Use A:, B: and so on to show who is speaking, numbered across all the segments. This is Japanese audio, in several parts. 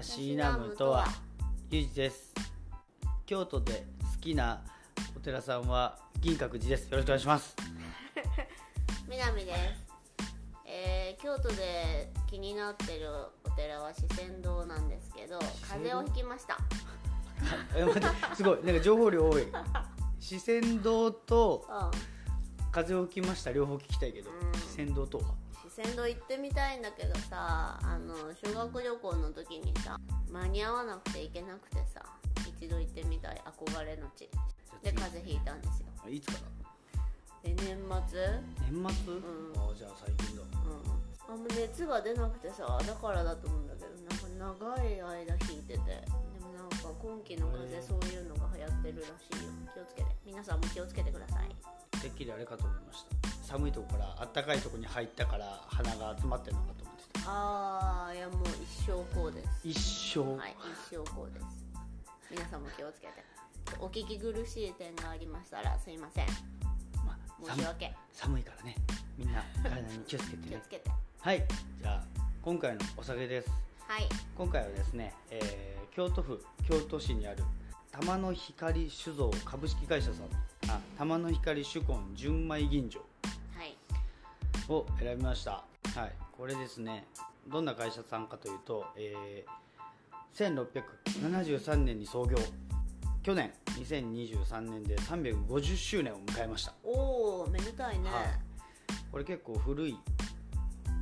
A: シーナムとはゆうじです京都で好きなお寺さんは銀閣寺ですよろしくお願いします
B: 南です、えー、京都で気になってるお寺は四川堂なんですけど風邪をひきました
A: え待ってすごいなんか情報量多い四川堂と
B: うん
A: 風を吹きました両方聞きたいけど
B: うん
A: 四川堂とは
B: 四川堂行ってみたいんだけどさあの修学旅行の時にさ間に合わなくて行けなくてさ一度行ってみたい憧れの地で風邪ひいたんですよ
A: あいつから
B: で年末
A: 年末、
B: ん
A: あじゃあ最近だ
B: うんあんま熱が出なくてさだからだと思うんだけどなんか長い間引いててでもなんか今期の風
A: へえ
B: 邪そういうのが流行ってるらしいよ気をつけて皆さんも気をつけてください
A: てっきりあれかと思いました寒いとこからあったかいとこに入ったから鼻が集まってるのかと思ってた
B: あーいやもう一生こうです
A: 一生、
B: はい一生こうです皆さんも気をつけてお聞き苦しい点がありましたらすいません
A: まあ、
B: 申
A: 寒
B: し
A: い
B: 訳
A: 寒いからねみんな体に気をつけて
B: 気を
A: ね
B: つけて
A: はいじゃあ今回のお酒です
B: はい
A: 今回はですね、えー京都府京都市にある玉の光酒造株式会社さんあ玉の光酒根純米吟醸
B: はい
A: を選びましたはいこれですねどんな会社さんかというと、えー1673年に創業去年2023年で350周年を迎えました
B: おおめでたいね、
A: はいこれ結構古い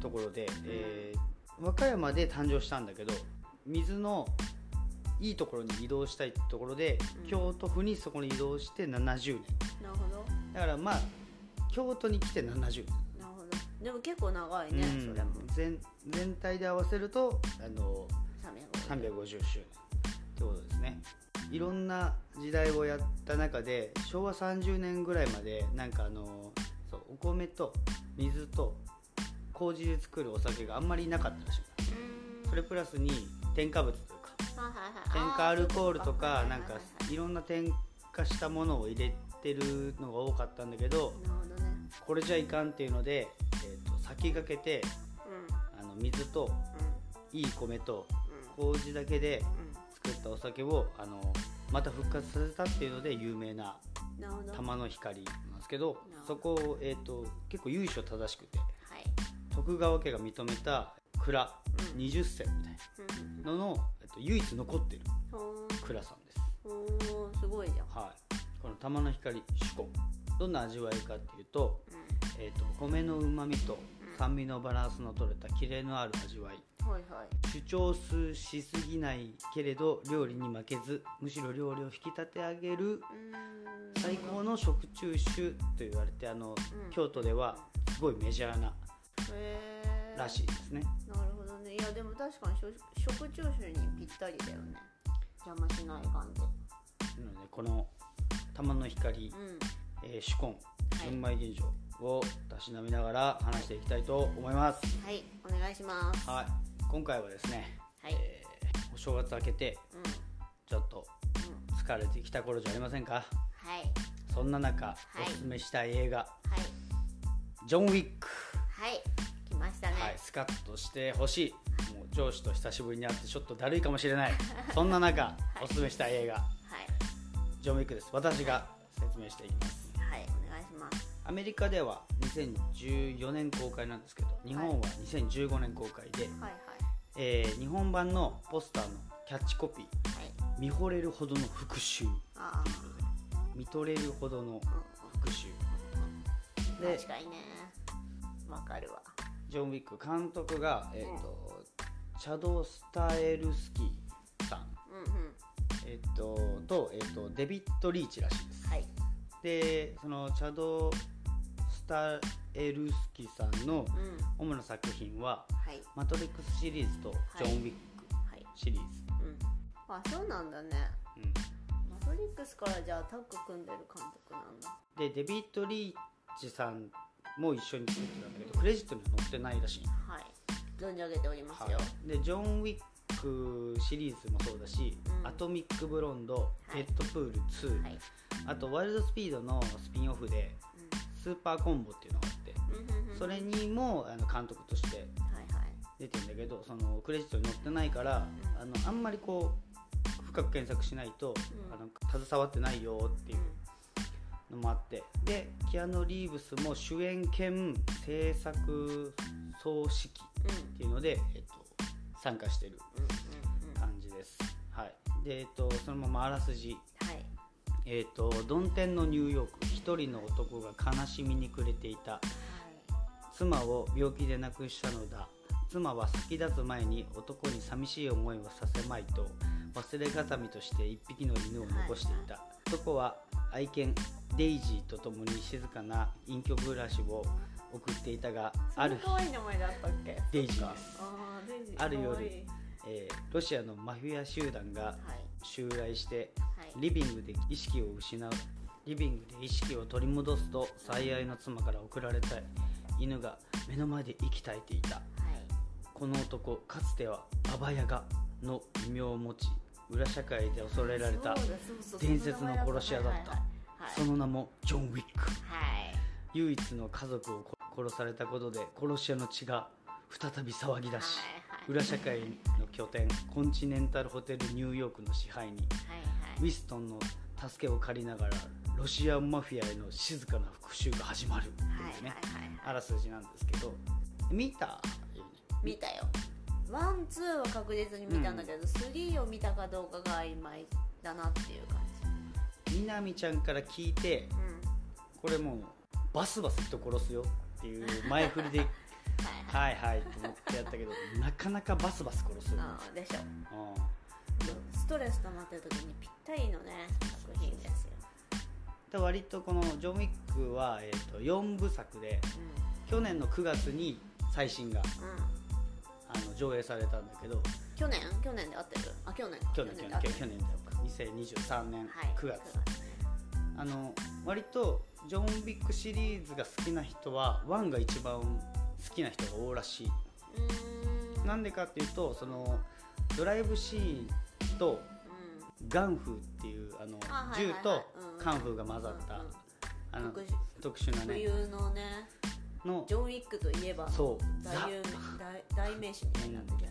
A: ところで、えー和歌山で誕生したんだけど水のいいところに移動したいってところで、
B: うん
A: 京都府にそこに移動して70年
B: なるほど
A: だからまあ京都に来て70年
B: なるほどでも結構長いね、
A: うん
B: それも
A: 全全体で合わせるとあの
B: 350
A: 350周年ってことですねいろんな時代をやった中で昭和30年ぐらいまでなんかあのそうお米と水と麹で作るお酒があんまりなかったらしいそれプラスに添加物というか
B: はいはいはい
A: 添加アルコールと
B: あ
A: か
B: ー
A: なんかいろんな添加したものを入れてるのが多かったんだけど
B: なるほどね
A: これじゃいかんっていうので、えー、と先駆けてあの水と
B: う
A: いい米と
B: んうんうん
A: 麹だけで
B: う
A: 作ったお酒をあのまた復活させたっていうので有名なん
B: なるほど
A: 玉の光なんですけど
B: なるほど
A: そこを、えー、と結構由緒正しくて
B: はい
A: 徳川家が認めた蔵
B: うん
A: 20銭みたい
B: うん
A: なのの、えっと、唯一残ってる
B: ほ
A: 蔵さんです、
B: ーほーすごいじゃん
A: はい、この玉の光酒根どんな味わいかっていうと,、
B: う
A: えー、と米のうまみと酸味のバランスの取れたキレのある味わい
B: んはいはい
A: 主張すしすぎないけれど料理に負けずむしろ料理を引き立て上げる
B: うーん
A: 最高の食中酒と言われてあの、
B: ん
A: 京都ではすごいメジャーな
B: へー
A: らしいですね、
B: なるほどねいやでも確かに食食中酒にぴったりだよね邪魔しない感じ
A: なのでこの玉の光、
B: うん
A: えー、主根純米吟醸をたしなみながら話していきたいと思います、
B: はいお願いします
A: はい、今回はですね、
B: はい
A: えーお正月明けて
B: うん
A: ちょっと
B: うん
A: 疲れてきた頃じゃありませんか
B: はい
A: そんな中、
B: い
A: おすすめしたい映画
B: は
A: 「
B: い
A: ジョン・ウィック」
B: はい来ましたね
A: はい、スカッとしてほしいもう上司と久しぶりに会ってちょっとだるいかもしれないそんな 中おすすめしたい映画
B: はい
A: 「ジョン・ウィック」です私が説明していきます
B: はい、お願いします。
A: アメリカでは2014年公開なんですけど日本は2015年公開で、
B: はいはい。
A: えー日本版のポスターのキャッチコピー
B: は
A: 「
B: い。
A: 見惚れるほどの復讐」
B: あ
A: 見とれるほどの
B: あ、
A: 復讐
B: うん、
A: で
B: 確かにね。わかるわ。
A: ジョン・ウィック監督が、えーとチャド・スタエルスキーさん
B: うんうん。
A: えっと、と、えっと、デビッド・リーチらしいです。
B: はい。
A: で、そのチャド・スタエルスキさんの
B: うん。
A: 主な作品は、
B: はい。
A: マトリックスシリーズとジョン・ウィック
B: はい。
A: シリーズ。
B: うん。あ、そうなんだね。マトリックスからじゃあタッグ組んでる監督なんだ。
A: うん、で、デビッド・リーチさんも一緒に作ってたんだけど、クレジットには載ってないらしい。
B: はい。存じ上げておりますよ。
A: で、ジョン・ウィックシリーズもそうだし、
B: うん
A: アトミック・ブロンド、
B: い
A: デッドプール2、
B: はい。
A: あとワイルド・スピードのスピンオフで、スーパーコンボっていうのがあって、
B: うん。うんうんうん。
A: それにもあの監督として
B: はいはい。
A: 出てんだけどそのクレジットに載ってないからあのあんまりこう深く検索しないと、
B: うん
A: あの携わってないよっていうのもあってでキアヌ・リーブスも主演兼制作総指揮っていうので、えっと、参加してる
B: うんうんうんうんは
A: 感じです。はい、で、えっと、そのままあらすじ
B: い
A: えー、とドンテンのニューヨーク一人の男が悲しみに暮れていた妻を病気で亡くしたのだ妻は先立つ前に男に寂しい思いをさせまいと忘れがたみとして1匹の犬を残していた、男は愛犬デイジーと共に静かな隠居暮らしを送っていたがあ
B: は
A: る
B: いそんな
A: 日
B: 可愛い名前だったっけ
A: デイジーです、
B: あーデイジー
A: ある夜
B: 可愛い
A: えーロシアのマフィア集団が
B: はい
A: 襲来して
B: はい
A: リビングで意識を失うリビングで意識を取り戻すと最愛の妻から送られた犬が目の前で息絶えていた
B: はい
A: この男かつてはアバヤガの異名を持ち裏社会で恐れられた
B: そうだそうそう
A: 伝説の殺し屋だった
B: はい
A: その名もジョン・ウィック
B: はい
A: 唯一の家族を殺されたことで殺し屋の血が再び騒ぎ出し
B: はいはい
A: 裏社会の拠点コンチネンタルホテルニューヨークの支配に
B: はい
A: ウ
B: はい
A: ィストンの助けを借りながらロシアマフィアへの静かな復讐が始まるっていう
B: はいはい
A: ね、
B: はいはい
A: あらすじなんですけど見たよね
B: 見たよワンツーは確実に見たんだけど、スリーを見たかどうかが曖昧だなっていう感じ
A: みなみちゃんから聞いて
B: うん
A: これもうバスバス人殺すよって いう前振りで
B: はいはい
A: はいはいと思ってやったけどなかなかバスバス殺すよね、
B: あーでしょ
A: うん
B: ストレス溜まってる時にぴったりのね作品ですよ、
A: で割とこのジョン・ウィックは、えー、と4部作で
B: う
A: 去年の9月に最新が
B: んうん、
A: あの上映されたんだけど
B: 去年去年で合ってるあ去年か
A: 去年去
B: で合
A: 年
B: ってる
A: 去年だよ2023年
B: はい
A: 9月、あの割とジョン・ウィックシリーズが好きな人は1が一番好きな人が多いらしい、
B: うーん
A: なんでかっていうとそのドライブシーンと
B: うん
A: ガンフーっていうあの
B: あはいはい
A: 銃
B: はい
A: と
B: うん
A: カンフーが混ざった、
B: うんうん
A: あの
B: 特殊
A: 特殊なね
B: 冬のね
A: の
B: ジョン・ウィックといえば
A: そうザ
B: 大有名大大名詞みたいになってるや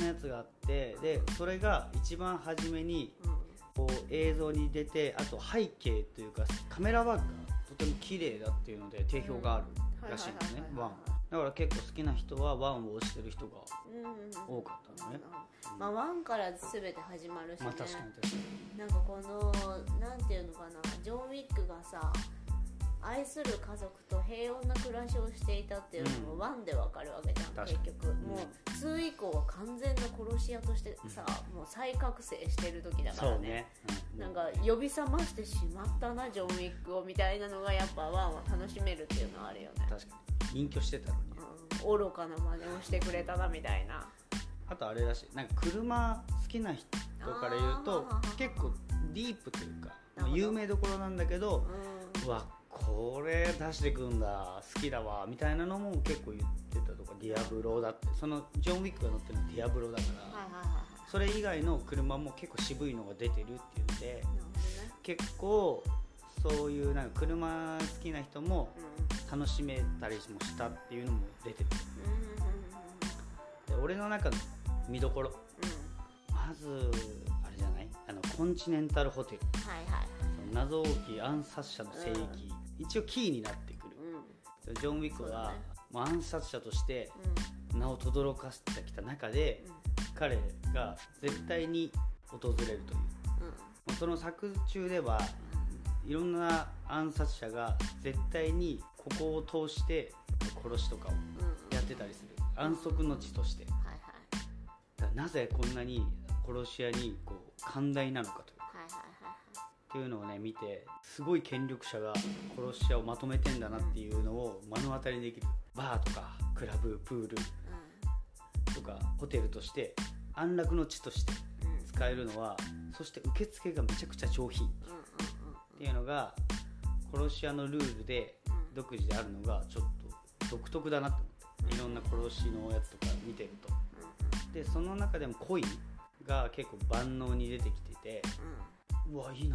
A: のやつがあってでそれが一番初めに
B: つ、うん
A: こう映像に出てあと背景というかカメラワークがとても綺麗だっていうので定評があるらしいんですね
B: はいはいは
A: ワ
B: いはい
A: ンだから結構好きな人はワンを推してる人が
B: うんうんうん
A: 多かったのね、
B: まあ、ワンから全て始まるしね、
A: まあ確かに確かに
B: なんかこのなんていうのかなジョン・ウィックがさ愛する家族と平穏な暮らしをしていたっていうの
A: う
B: もワンでわかるわけじゃん、
A: 確かに
B: 結局、もう2以降は完全な殺し屋としてさ、もう再覚醒してる時だか
A: そ
B: ら
A: う
B: ね
A: ね、うん
B: なんか呼び覚ましてしまったなジョン・ウィックをみたいなのがやっぱワンは楽しめるっていうのはあるよね、
A: 確かに隠居してたのに
B: うん、愚かな真似をしてくれたなみたいな
A: あとあれらしいなんか車好きな人から言うと
B: あー
A: 結構ディープというか
B: なるほど
A: 有名どころなんだけど
B: う、ん
A: うわこれ出してくんだ好きだわみたいなのも結構言ってたとか「ディアブロ」だってそのジョン・ウィックが乗ってるの「ディアブロ」だから、
B: はいはいはいはい
A: それ以外の車も結構渋いのが出てるっていうので
B: なるほどね
A: 結構そういうなんか車好きな人も
B: うん
A: 楽しめたりもしたっていうのも出てる
B: うんうん
A: で俺の中の見どころまずあれじゃないあのコンチネンタルホテル
B: はいはい
A: その謎多き暗殺者の聖域、一応キーになってくる
B: うんうん
A: ジョン・ウィック
B: そうだ
A: は
B: ね
A: もう暗殺者として名を轟かせてきた中で、彼が絶対に訪れるという
B: うん
A: もうその作中ではいろんな暗殺者が絶対にここを通して殺しとかを
B: うんうん
A: やってたりする安息の地としてだ
B: はいはい
A: からなぜこんなに殺し屋にこう寛大なのかという
B: はいはいは
A: っていうのをね見てすごい権力者が殺し屋をまとめてんだなっていうのを目の当たりにできるバーとかクラブプール
B: いはい
A: とかホテルとして安楽の地として
B: うんうん
A: 使えるのはそして受付がめちゃくちゃ上品っ
B: うんうん
A: ていうのが殺し屋のルールで
B: うん
A: 独自であるのがちょっと独特だなと思っていろんな殺しのやつとか見てるとでその中でも恋が結構万能に出てきてて
B: うんう
A: う
B: ん
A: わいいな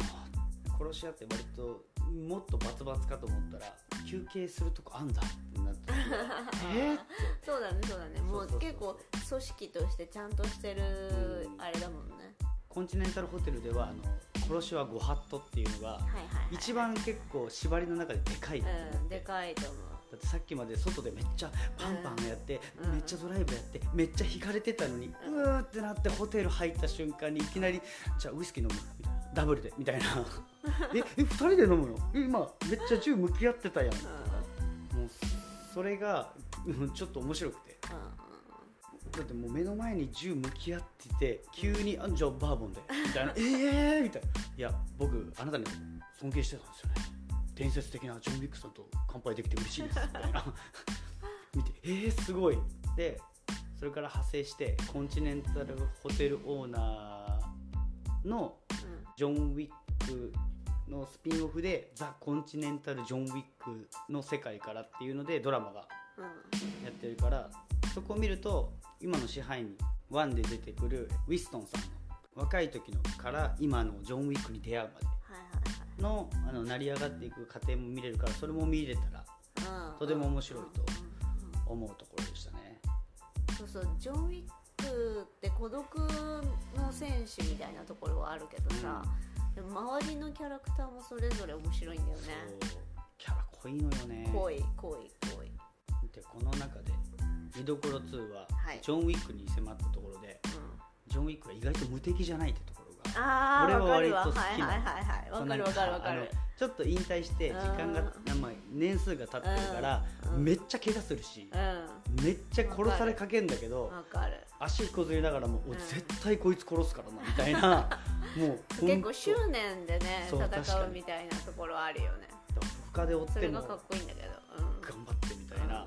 A: 殺し屋って割ともっとバツバツかと思ったら休憩するとこあん だってなった時はえーって
B: そうだねそうだねも
A: そううそうそう
B: 結構組織としてちゃんとしてる
A: うん
B: あれだもんね
A: コンチネンタルホテルではあの殺しはご法度っていうのが
B: はいはい、はい、
A: 一番結構縛りの中ででかいなと思って、
B: うんでかいと思う
A: だってさっきまで外でめっちゃパンパンやって、
B: うん
A: めっちゃドライブやってめっちゃ引かれてたのに、う
B: うん
A: ーってなってホテル入った瞬間にいきなり「じゃあウイスキー飲む」みたいなダブルでみた いな「ええ二人で飲むのえ今めっちゃ銃向き合ってたやん」
B: うん
A: もうそれがうんちょっと面白くて
B: うんうん
A: だってもう目の前に銃向き合ってて急に「あじゃあバーボンで」みたいな「ええー!」みたいな「いや僕あなたに尊敬してたんですよね伝説的なジョン・ウィックさんと乾杯できて嬉しいです」みたいな 見て「えー、すごい!」でそれから派生してコンチネンタルホテルオーナーの
B: うん
A: ジョン・ウィックのスピンオフで「ザ・コンチネンタル・ジョン・ウィック」の世界からっていうのでドラマが
B: うん
A: やってるからそこを見ると今の支配人ワンで出てくるウィストンさんの若い時のから今のジョン・ウィックに出会うま
B: はい
A: でのあの成り上がっていく過程も見れるからそれも見れたら
B: はいはいうん
A: とても面白いと
B: うんうん
A: 思うところでしたね
B: そうそうジョン・ウィックって孤独の戦士みたいなところはあるけどさ、でも周りのキャラクターもそれぞれ面白いんだよね
A: そうキャラ濃いのよね
B: 濃い濃い濃い
A: でこの中で見どころ2は、
B: はい
A: ジョン・ウィックに迫ったところで
B: う
A: ジョン・ウィックは意外と無敵じゃないってところ
B: ん、
A: が
B: あ
A: 俺
B: あ
A: は
B: わかるわは
A: 割
B: い
A: と好
B: はい
A: きな
B: はいはいわかるわかるわか
A: あの
B: る
A: ちょっと引退して時間がまあ年数が経ってるから
B: うん
A: めっちゃ怪我するし
B: う
A: めっちゃ殺されかけんだけど
B: んわかる
A: 足引っこずりながらもう
B: うん
A: お絶対こいつ殺すからなみたい なもう
B: 結構執
A: ュ
B: 念でね
A: そう
B: 戦
A: 確か
B: う
A: に
B: みたいなところはあるよね
A: 他で追っ
B: そ
A: て
B: れ
A: も
B: がか
A: 頑
B: っこいいんだけど
A: 張ってみたいな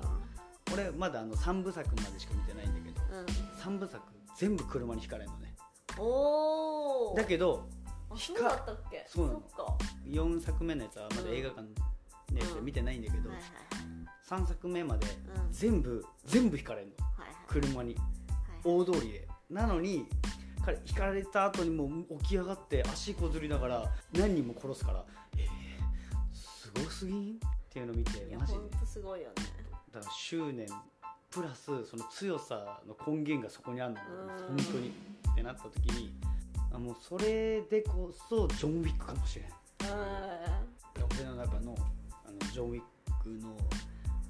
A: 俺まだあの3部作までしか見てないんだけど
B: うん、うん
A: 3部作全部車にひかれんのね
B: おお
A: だけど
B: そうだったっけ
A: そうなの
B: っかは
A: 4作目のやつはまだ映画館でしか見てないんだけ
B: い
A: ど
B: はい
A: 3作目まで
B: うん
A: 全部全部ひかれんの
B: はいはい
A: 車に
B: はい
A: 大通りでなのに彼引かれた後にもう起き上がって足こずりながら何人も殺すからえー、すごすぎんっていうのを見て
B: いや
A: マジで
B: 本当すごいよね
A: だから執念プラスその強さの根源がそこにあるの
B: うん
A: 本当にってなった時にあもうそれでこそジョン・ウィックかもしれん
B: うん
A: 俺の中のあのジョン・ウィックの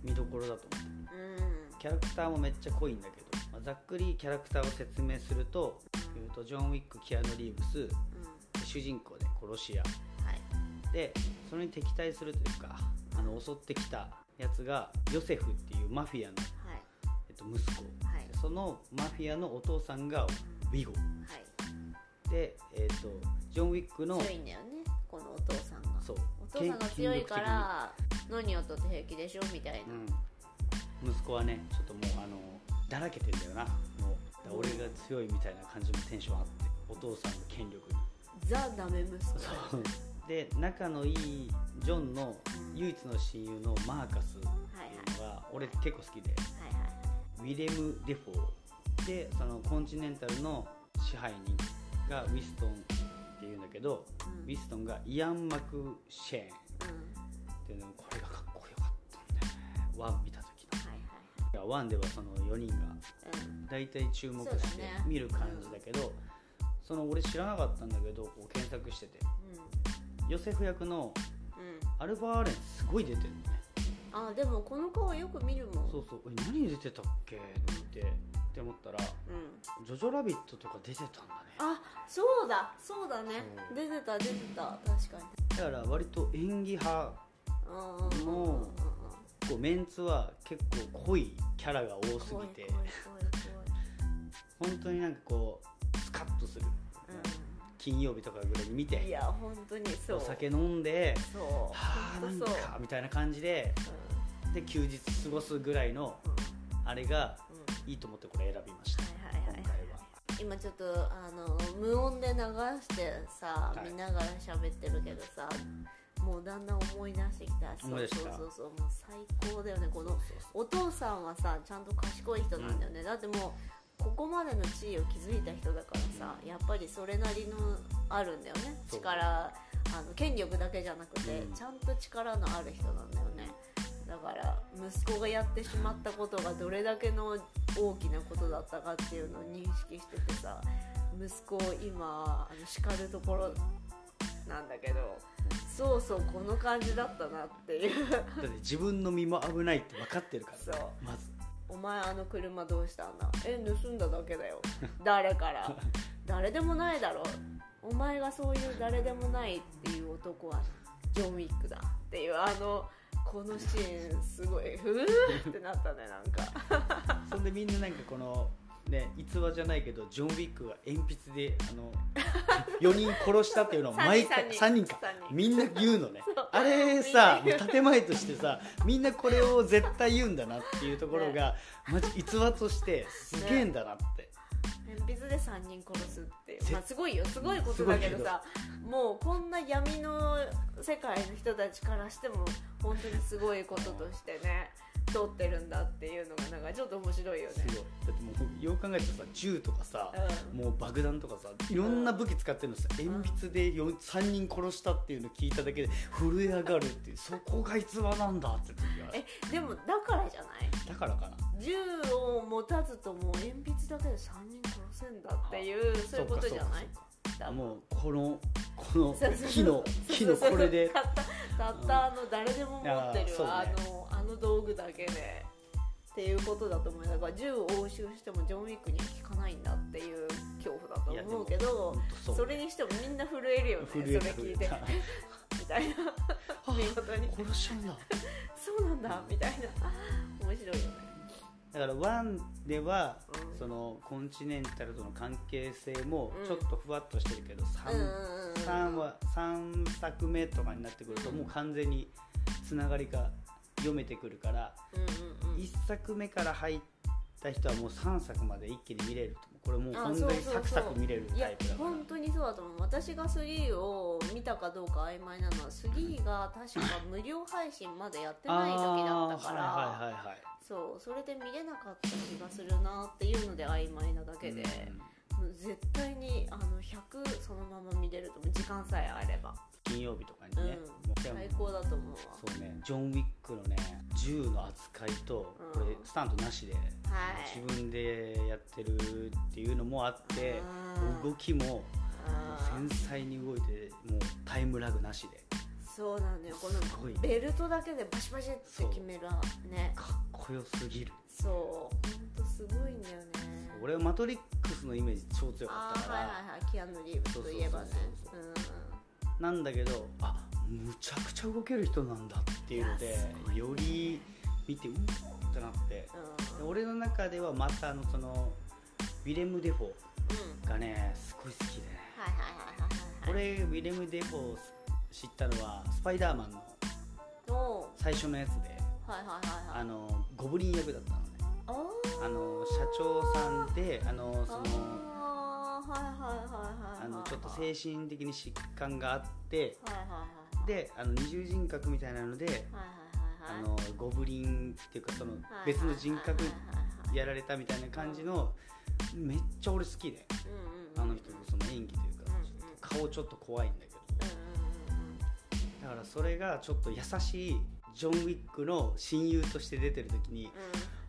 A: 見どころだと思う
B: うん
A: キャラクターもめっちゃ濃いんだけど、まあざっくりキャラクターを説明すると,、
B: うん
A: とジョン・ウィックキアヌ・リーブ
B: うん
A: ス主人公で殺し屋
B: はい
A: でそれに敵対するというかあの襲ってきたやつがヨセフっていうマフィアの、
B: はい
A: えっと、息子、
B: はい
A: でそのマフィアのお父さんがウィゴ
B: は
A: で、えっとジョン・ウィックの
B: い強いんだよねこのお父さんが
A: そう
B: お父さんが強いから何をとって平気でしょみたいな、
A: うん、息子はねちょっともうあのだらけてんだよなもうだから俺が強いみたいな感じのテンションあってお父さんの権力に
B: ザ・ダメ息子
A: そうで仲のいいジョンの唯一の親友のマーカスっていうのが俺結構好きで
B: はいはい
A: ウィレム・デフォーでそのコンチネンタルの支配人がウィストンっていうんだけど
B: うん
A: ウィストンがイアン・マクシェーンっ
B: うん
A: ていうのこれがかっこよかったんだよねワン見た時の
B: はいはい
A: やワンではその4人が
B: いはいうん
A: 大体注目
B: そうだ
A: して
B: ね
A: 見る感じだけどその俺知らなかったんだけどこう検索しててヨセフ役の
B: うんうん
A: アルファ・アレンすごい出てるのね
B: あでもこの顔よく見るもん
A: そうそうえ何に出てたっけってって思ったら「
B: うん
A: ジョジョラビット」とか出てたんだね
B: あそうだそうだね
A: そう
B: 出てた出てた確かに
A: だから割と演技派
B: うんうんうんうんうん
A: もこうメンツは結構濃いキャラが多す
B: 怖
A: ぎ
B: い
A: て
B: 怖い怖い怖い
A: 本当になんかこうスカッとする、金曜日とかぐらいに見
B: うんい
A: て
B: や本当にそう
A: お酒飲んで
B: そう
A: 「はあな
B: 本
A: ん
B: 当そう
A: か」みたいな感じでで休日過ごすぐらいの
B: うんうん
A: あれが
B: うん
A: いいと思ってこれ選びました
B: はいはいはいはい
A: 今回は
B: 今ちょっとあの無音で流してさ、
A: はい
B: 見ながら喋ってるけどさもうだんだん思い出してきた
A: 思い出した
B: そうそうそうそうもう最高だよねこのお父さんはさちゃんと賢い人なんだよね、だってもうここまでの地位を築いた人だからさやっぱりそれなりのあるんだよね
A: そう
B: 力あの権力だけじゃなくて、
A: うん
B: ちゃんと力のある人なんだよねだから息子がやってしまったことがどれだけの大きなことだったかっていうのを認識しててさ息子を今あの叱るところなんだけどそうそうこの感じだったなっていう
A: だって自分の身も危ないって分かってるから
B: そう
A: まず
B: お前あの車どうしたんだえ盗んだだけだよ誰 から誰でもないだろお前がそういう誰でもないっていう男はジョン・ウィックだっていうあのこのシーンすごいふーってなったねなんか
A: そんでみんななんかこのね逸話じゃないけどジョン・ウィックが鉛筆であ の4人殺したっていうのを毎回
B: 3人
A: 3人か
B: 3人
A: みんな言うのね
B: そう
A: あれさ
B: みんな言う
A: 建前としてさみんなこれを絶対言うんだなっていうところが、マジ逸話としてすげえんだなって、
B: 鉛筆で3人殺すっていう、
A: ぜ
B: まあ、すごいよすごいことだけど
A: すごい
B: さもうこんな闇の世界の人たちからしても本当にすごいこととしてね通ってるんだっていうのがなんかちょっと面白いよね
A: す。ごいだってもうよう考えたらさ銃とかさ、
B: うん
A: もう爆弾とかさいろんな武器使ってるのさ鉛筆でよ3人殺したっていうの聞いただけで震え上がるっていうそこが逸話なんだって時がある
B: えでもだからじゃない
A: だからかな
B: 銃を持たずとも鉛筆だけで3人殺せんだっていうそういうことじゃない
A: そうかそう
B: 多
A: か
B: 分
A: もうこのこの
B: そうそうそう
A: 木の木のこれで
B: たったたったあの誰でも持って
A: いやー
B: る
A: そうね
B: あのあの道具だけでっていうことだと思うよだから銃を押収してもジョン・ウィックには効かないんだっていう恐怖だと
A: いやで
B: 思
A: も
B: うけど
A: ほんと
B: そ
A: そう
B: れにしてもみんな震えるよねそ
A: 震
B: れ
A: えた
B: 聞いてみた いな
A: あ
B: 見事に
A: 殺しちゃうんだ
B: そうなんだみたいな面白いよね
A: だからワンでは、
B: うん
A: そのコンチネンタルとの関係性も
B: うん
A: ちょっとふわっとしてるけど、三
B: うんうんうん
A: 三は三作目とかになってくるともう完全につながりが読めてくるから、
B: うんうんうん
A: 一作目から入った人はもう三作まで一気に見れると思うこれもう
B: あ
A: 本当に
B: そ
A: サ
B: うそうそう
A: クサク見れる
B: い
A: タ
B: や
A: イプだから
B: 本当にそうだと思う私が3を見たかどうか曖昧なのは3が確か無料配信までやってない時だったから、
A: あーはいはいはいはい
B: そうそれで見れなかった気がするなっていうので曖昧なだけで、
A: うん
B: もう絶対にあの100そのまま見れると思う時間さえあれば、
A: 金曜日とかに
B: う
A: ね
B: ん、
A: もう
B: 最高だと思うわ
A: そうねジョン・ウィックのね銃の扱いと
B: う
A: こ
B: ん
A: れスタントなしで、
B: はい
A: 自分でやってるっていうのもあって
B: うん
A: 動きも
B: あ
A: 繊
B: ー
A: 細に動いてもうタイムラグなしで
B: そうなんだよこの
A: すごい
B: ベルトだけでバシバシって決めるね
A: かっこよすぎる
B: そうほんとすごいんだよね
A: 俺はマトリックスのイメージ超強か
B: あ
A: った
B: ー
A: か
B: はい
A: ら、
B: はいはいキアヌ・リーブスといえばね
A: そうそ
B: うんうん
A: なんだけどあむちゃくちゃ動ける人なんだっていうの
B: い
A: で
B: やすごいね
A: より見てうわーってなってで俺の中ではまたあのそのウィレム・デフォ
B: うん
A: がねすごい好きでね
B: はいはいはいはいはい
A: 俺
B: はい
A: ウィレム・デフォを知ったのはスパイダーマンの
B: おー
A: 最初のやつで
B: はいはいはいは
A: あ
B: い
A: のゴブリン役だったのね
B: あー
A: あの社長さんであのその
B: あーはいはいはいはいはいはい
A: あのちょっと精神的に疾患があって
B: はいはいはい
A: であの二重人格みたいなので
B: はいはい
A: あ
B: はいはい
A: のゴブリンっていうかその
B: はいはい
A: 別の人格
B: はいはいはい
A: やられたみたいな感じのめっちゃ俺好きで
B: うんうんうん
A: あの人のその演技というか
B: うん
A: ちょっと顔
B: うん
A: ちょっと怖いんだけど
B: うんうんうんうん
A: だからそれがちょっと優しいジョン・ウィックの親友として出てる時に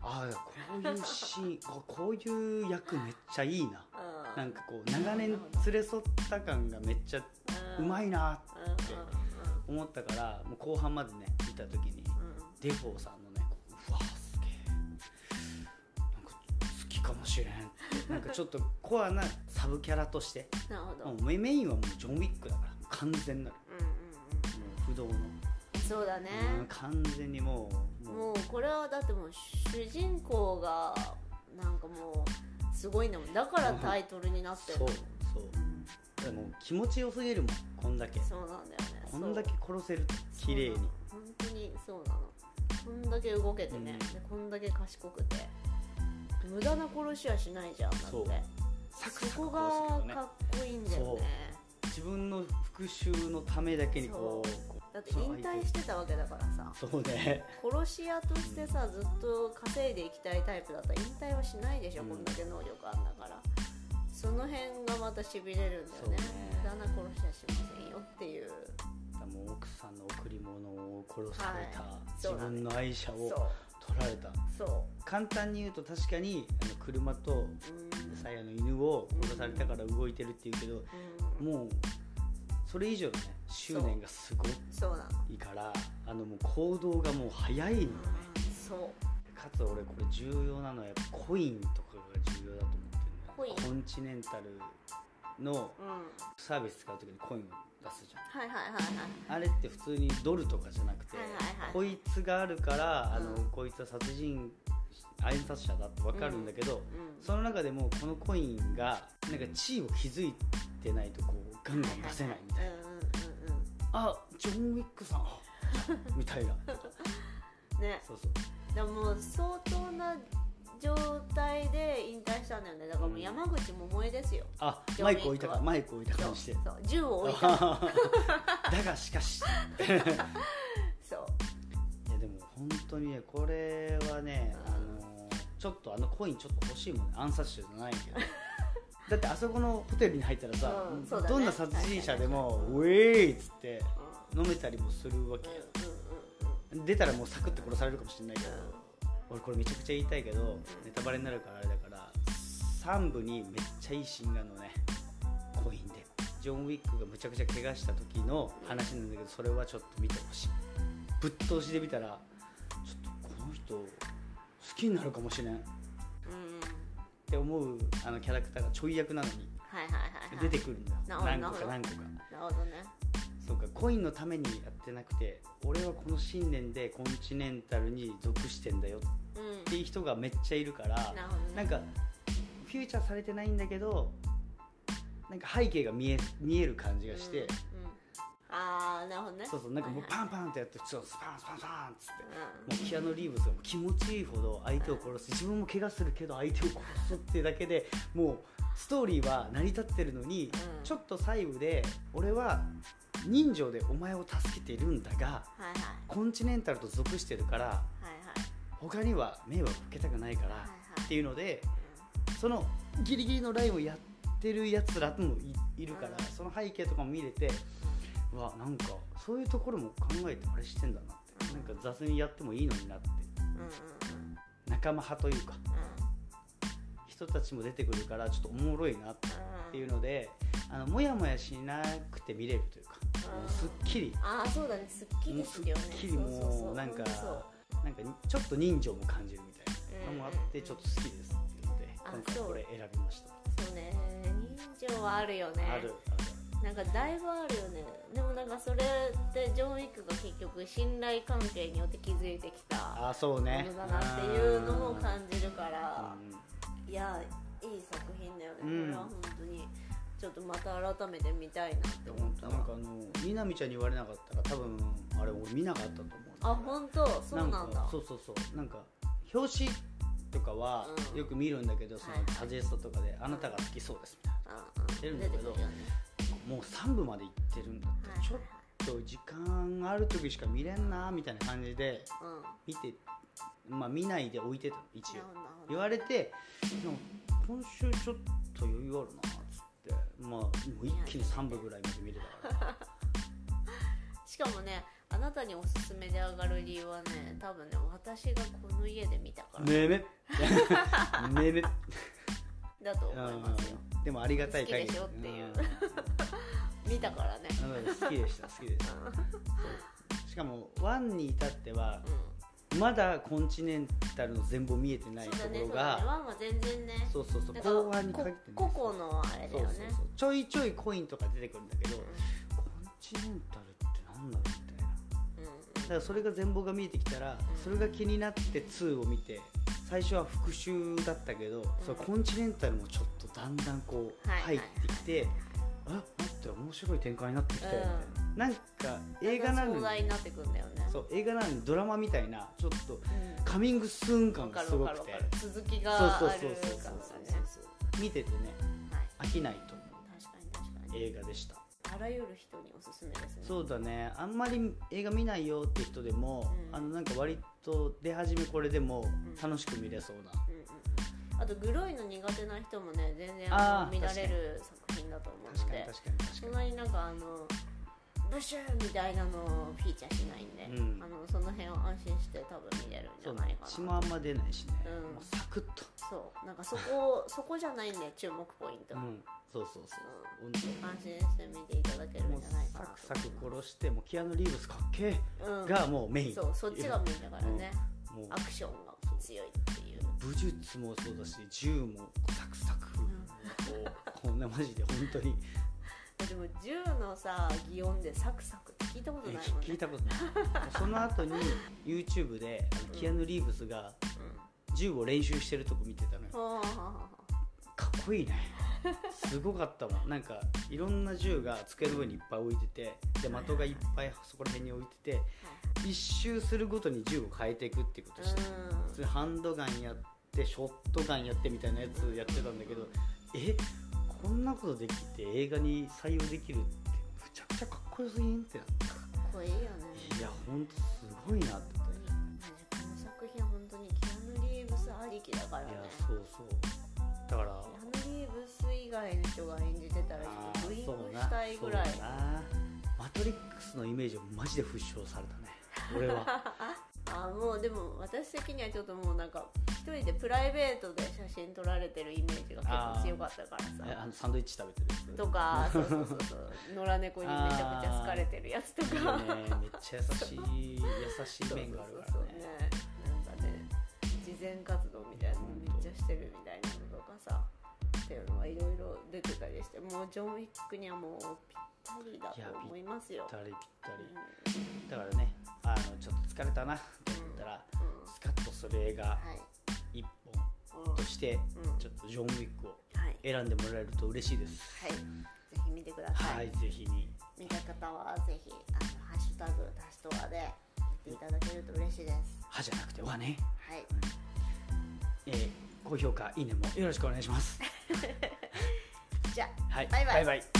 A: ああこういうシーン あこういう役めっちゃいいな
B: うん
A: なんかこう長年連れ添った感がめっちゃうまいな
B: うんうんうん
A: て思ったからもう後半までね見た時に
B: うんうん
A: デフォーさんのねこううわーすげえなんか好きかもしれんなんかちょっとコアなサブキャラとして
B: なるほど
A: もうメメインはもうジョン・ウィックだから完全なる
B: うんうん
A: もう不動の、
B: うんそうだね
A: うん完全にもう
B: もうこれはだってもう主人公がなんかもうすごいんだもんだからタイトルになってる
A: そうそうでもう気持ちよすぎるもんこんだけ
B: そうなんだよね
A: こんだけ殺せると
B: そう
A: 綺麗に
B: そうなの本当にそうなのこんだけ動けてね、
A: うん
B: でこんだけ賢くて無駄な殺しはしないじゃんだって
A: そうサクサ
B: そこ
A: ク
B: が
A: 殺すけどね
B: かっこいいんだよね
A: 自分の復讐のためだけにこうこ
B: だって引退してたわけだからさ
A: そうね
B: 殺し屋としてさずっと稼いでいきたいタイプだったら引退はしないでしょ、
A: うん
B: こんだけ能力あんだからその辺がまたしびれるんだよ
A: そうね
B: ね旦那殺しはしませんよっていう
A: もう奥さんの贈り物を殺された、
B: はい
A: 自
B: そうだね
A: 分の愛車
B: そう
A: を取られた
B: そ
A: 簡単に言うと確かにあの車と
B: ううん
A: サヤの犬を殺されたから動いてるっていうけど、
B: うん
A: もうそれ以上のね執念がすご
B: そうなの
A: いからあのもう行動がもう早いのよね
B: そう
A: かつ俺これ重要なのはやっぱコインとかが重要だと思ってるのよ
B: コイン
A: コンチネンタルの
B: うん
A: サービス使う時にコインを出すじゃん
B: はいはいはいはい
A: あれって普通にドルとかじゃなくて、
B: はいはいはい
A: こいつがあるからあの、
B: うん
A: こいつは殺人暗殺者だって分かるんだけど、
B: うん
A: その中でもこのコインがなんか地位を築いてないとこうガンガン出せないみたいな、
B: うんうんうんう
A: あジョン・ウィックさんみたい な
B: んね
A: そうそう
B: でももう相当な状態で引退したんだよねだからもう山口百恵ですよ、
A: あ
B: ジョン
A: マイク置いたか
B: ウィックは
A: マイク置いた
B: そ
A: 感
B: う
A: じして
B: そう銃を置いた
A: だがしかし
B: そう
A: いやでも本当にねこれはね、あのちょっとあのコインちょっと欲しいもんね暗殺者じゃない けどだってあそこのホテルに入ったらさ、
B: うんそうだね
A: どんな殺人者でも「
B: 確
A: ウ
B: か
A: ェーイ!」っつって飲めたりもするわけよ、出たらもうサクッて殺されるかもしれないけど、俺これめちゃくちゃ言いたいけどネタバレになるからあれだから3部にめっちゃいいシーンがあるのねコインでジョン・ウィックがむちゃくちゃ怪我した時の話なんだけどそれはちょっと見てほしいぶっ通しで見たらちょっとこの人好きになるかもしれんっ
B: うんうんうん
A: て思うあのキャラクターがちょい役なのに
B: はいはいはいはい
A: 出てくるんだよ
B: なる
A: 何
B: ほど
A: 個か
B: な
A: 何個か
B: なるほどね
A: そうかコインのためにやってなくて俺はこの信念でコンチネンタルに属してんだよっ
B: うん
A: っていう人がめっちゃいるから
B: なるほどね
A: なんかフューチャーされてないんだけどなんか背景が見え見える感じがして、
B: うんうんああなるほどね
A: そうそうなんかもう
B: はいは
A: パ
B: い
A: ンパンってやってそうスパンスパンスパンっつって
B: うん
A: もうキアヌ・リーブスがもう気持ちいいほど相手を殺す自分も怪我するけど相手を殺すっていうだけでもうストーリーは成り立ってるのに、
B: うん
A: ちょっと細部で俺は人情でお前を助けているんだが
B: はい
A: コンチネンタルと属してるから
B: はいはいはい
A: 他には迷惑かけたくないから、
B: はいはい
A: っていうのでそのギリギリのラインをやってるやつらもいいるから、
B: うん
A: その背景とかも見れてうわなんかそういうところも考えてあれしてんだなってなんか雑にやってもいいのになって
B: うんうんうんうん
A: 仲間派というか
B: う
A: 人たちも出てくるからちょっとおもろいなっ
B: ん
A: ていうのであのモヤモヤしなくて見れるというか
B: うん
A: もうすっきり
B: ああそうだねすっき
A: も
B: り
A: う
B: す
A: す
B: るよね
A: っきりもうなんか
B: そうそうそう
A: なんかちょっと人情も感じるみたいなのもあって
B: うん
A: ちょっと好きですっていうので
B: あ
A: 今回これ選びました。
B: そうね人情はあるよね
A: あるある
B: なんかだいぶあるよねでもなんかそれってジョン・ウィックが結局信頼関係によって築いてきた
A: あそう
B: も
A: ね
B: のだなっていうのも感じるから
A: うん
B: いやいい作品だよね、
A: うん
B: これは本当にちょっとまた改めて見たいなって思
A: 本
B: った
A: 当なん
B: わ
A: かあのみなみちゃんに言われなかったら多分あれ俺見なかったと思う
B: あ本当そうなんだ
A: かそうそうそうなんか表紙とかは
B: うん
A: よく見るんだけど、その
B: はいはい
A: サジェストとかで「あなたが好きそうです」みたい
B: うんうん
A: 出るんだけど
B: 出てくるよね
A: なもう3部まで行ってるんだって、
B: はいはい
A: ちょっと時間ある時しか見れんなみたいな感じで
B: うん
A: 見てまあ見ないで置いてたの一応
B: なるほどなるほど
A: 言われてなんか今週ちょっと余裕あるなっつってまあもう一気に3部ぐらいまで見れたから
B: しかもねあなたにおすすめで上がる理由はね多分ね私がこの家で見たから
A: ねめね め
B: だと思いますよ
A: うんでもありがたい限り
B: 好きでしょっていう
A: うん
B: 見たからね
A: うん好きでした好きでしたそうしかもワンに至っては
B: う
A: まだコンチネンタルの全貌見えてない
B: ん
A: と
B: そうだ
A: こ
B: ね
A: ろ
B: そうだね
A: が
B: ワンは全然ね
A: そうそうそう
B: だから
A: 後半にかけてね
B: こ個々のあれだ
A: そう
B: よ
A: そう
B: ね
A: そうちょいちょいコインとか出てくるんだけどコンチネンタルってなんだろうみたいな
B: うんうん
A: だからそれが全貌が見えてきたら
B: うん
A: それが気になって2を見て最初は復習だったけど、そのコンチネンタルもちょっとだんだんこう
B: は
A: 入
B: い
A: ってきて、あ待って面白い展開になってきたよみたいな、なんか映画なの
B: 壮
A: に
B: 大になってくんだよね
A: そう映画なのにドラマみたいなちょっと
B: うん
A: カミングスーン
B: わ
A: 感
B: か
A: が
B: る
A: すご
B: わかる
A: く
B: わか
A: て
B: る続き
A: そう
B: があ
A: そ
B: る
A: う
B: 感
A: そう
B: じだね
A: そうそうそう見ててね
B: はい
A: 飽きないと思う映画でした
B: あらゆる人におすすめですね
A: そうだねあんまり映画見ないよって人でも、
B: うん
A: あのなんか割と出始めこれでも
B: ん
A: 楽しく見れそうな、
B: うんうんうんあとグロいの苦手な人もね全然
A: あー
B: あの見られる作品だと思う
A: 確
B: の
A: かに
B: で
A: 確かに
B: そ
A: 確
B: ん
A: か
B: なになんかあのブシューみたいなのをフィーチャーしないんで、
A: うん
B: あのその辺は安心して多分見れるん
A: に
B: じ
A: そ
B: ゃ
A: う
B: ない
A: ね
B: かな
A: 血もあんま出ないしね、
B: うん
A: もうサクッと
B: そうなんかそこそこじゃないんで注目ポイント、
A: うんそうそうそう、うん、
B: 安心して見ていただける
A: も
B: ん
A: う
B: じゃないか
A: サ
B: なと
A: クサク殺してもうキアヌ・リーブスかっけ
B: う
A: え
B: ん
A: がもうメイン、
B: そうそっちがメインだからね、
A: もう
B: アクションが強いっていう
A: 武術もそうだし銃もサクサク、こうこんなマジで本当に
B: でも銃のさ擬音でサクサクって聞いたことないもんね
A: 聞いたことない その後に YouTube であのキアヌ・リーブスが銃を練習してるとこ見てたのよ
B: うんはあはあはあ
A: かっこいいねすごかったもんなんかいろんな銃が机の上にいっぱい置いててで的がいっぱいそこら辺に置いてて一周するごとに銃を変えていくっていうことして普通にハンドガンやってショットガンやってみたいなやつやってたんだけどえこんなことできて映画に採用できるってむちゃくちゃかっこよすぎんってなって
B: うんかっこいいよね
A: いやほんとすごいなって思っ
B: 本
A: た
B: 当にこの作品は本当にキアヌ・リーブスありきだからね
A: いやそうそうだから
B: キアヌ・リーブス以外の人が演じてたらちょっとブーイングしたいぐらい
A: そうだなマトリックスのイメージをマジで払拭されたね 俺は
B: あもうでも私的にはちょっともうなんか一人でプライベートで写真撮られてるイメージが結構強かったから
A: え
B: さ
A: あのサンドイッチ食べてるやつ
B: とか そうそうそうそう野良猫にめちゃくちゃ好かれてるやつと
A: いい
B: か
A: よねめっちゃ優しい優しい面があるから
B: そうそうそう
A: ね
B: なんかね慈善活動みたいなのめっちゃしてるみたいなのとかさっていうのはいろいろ出てたりしてもうジョン・ウィックにはもうぴったりだと思いますよ
A: ぴったりぴった
B: う
A: り
B: ん
A: だからねあのちょっと疲れたなと思ったら、
B: うん
A: スカッとする映画
B: はい
A: 一本
B: うん
A: として、
B: うん
A: ちょっとジョン・ウィックを
B: はい
A: 選んでもらえると嬉しいです
B: はい、ぜひ見てくださ。
A: はいい、ぜひに
B: 見た方はぜひあのハッシュタグタストアで見ていただけると嬉しいです。
A: 歯じゃなくてはね、
B: はい、
A: え ー高評価いいねもよろしくお願いします
B: じゃあ
A: はい
B: バイバイ
A: バイバイ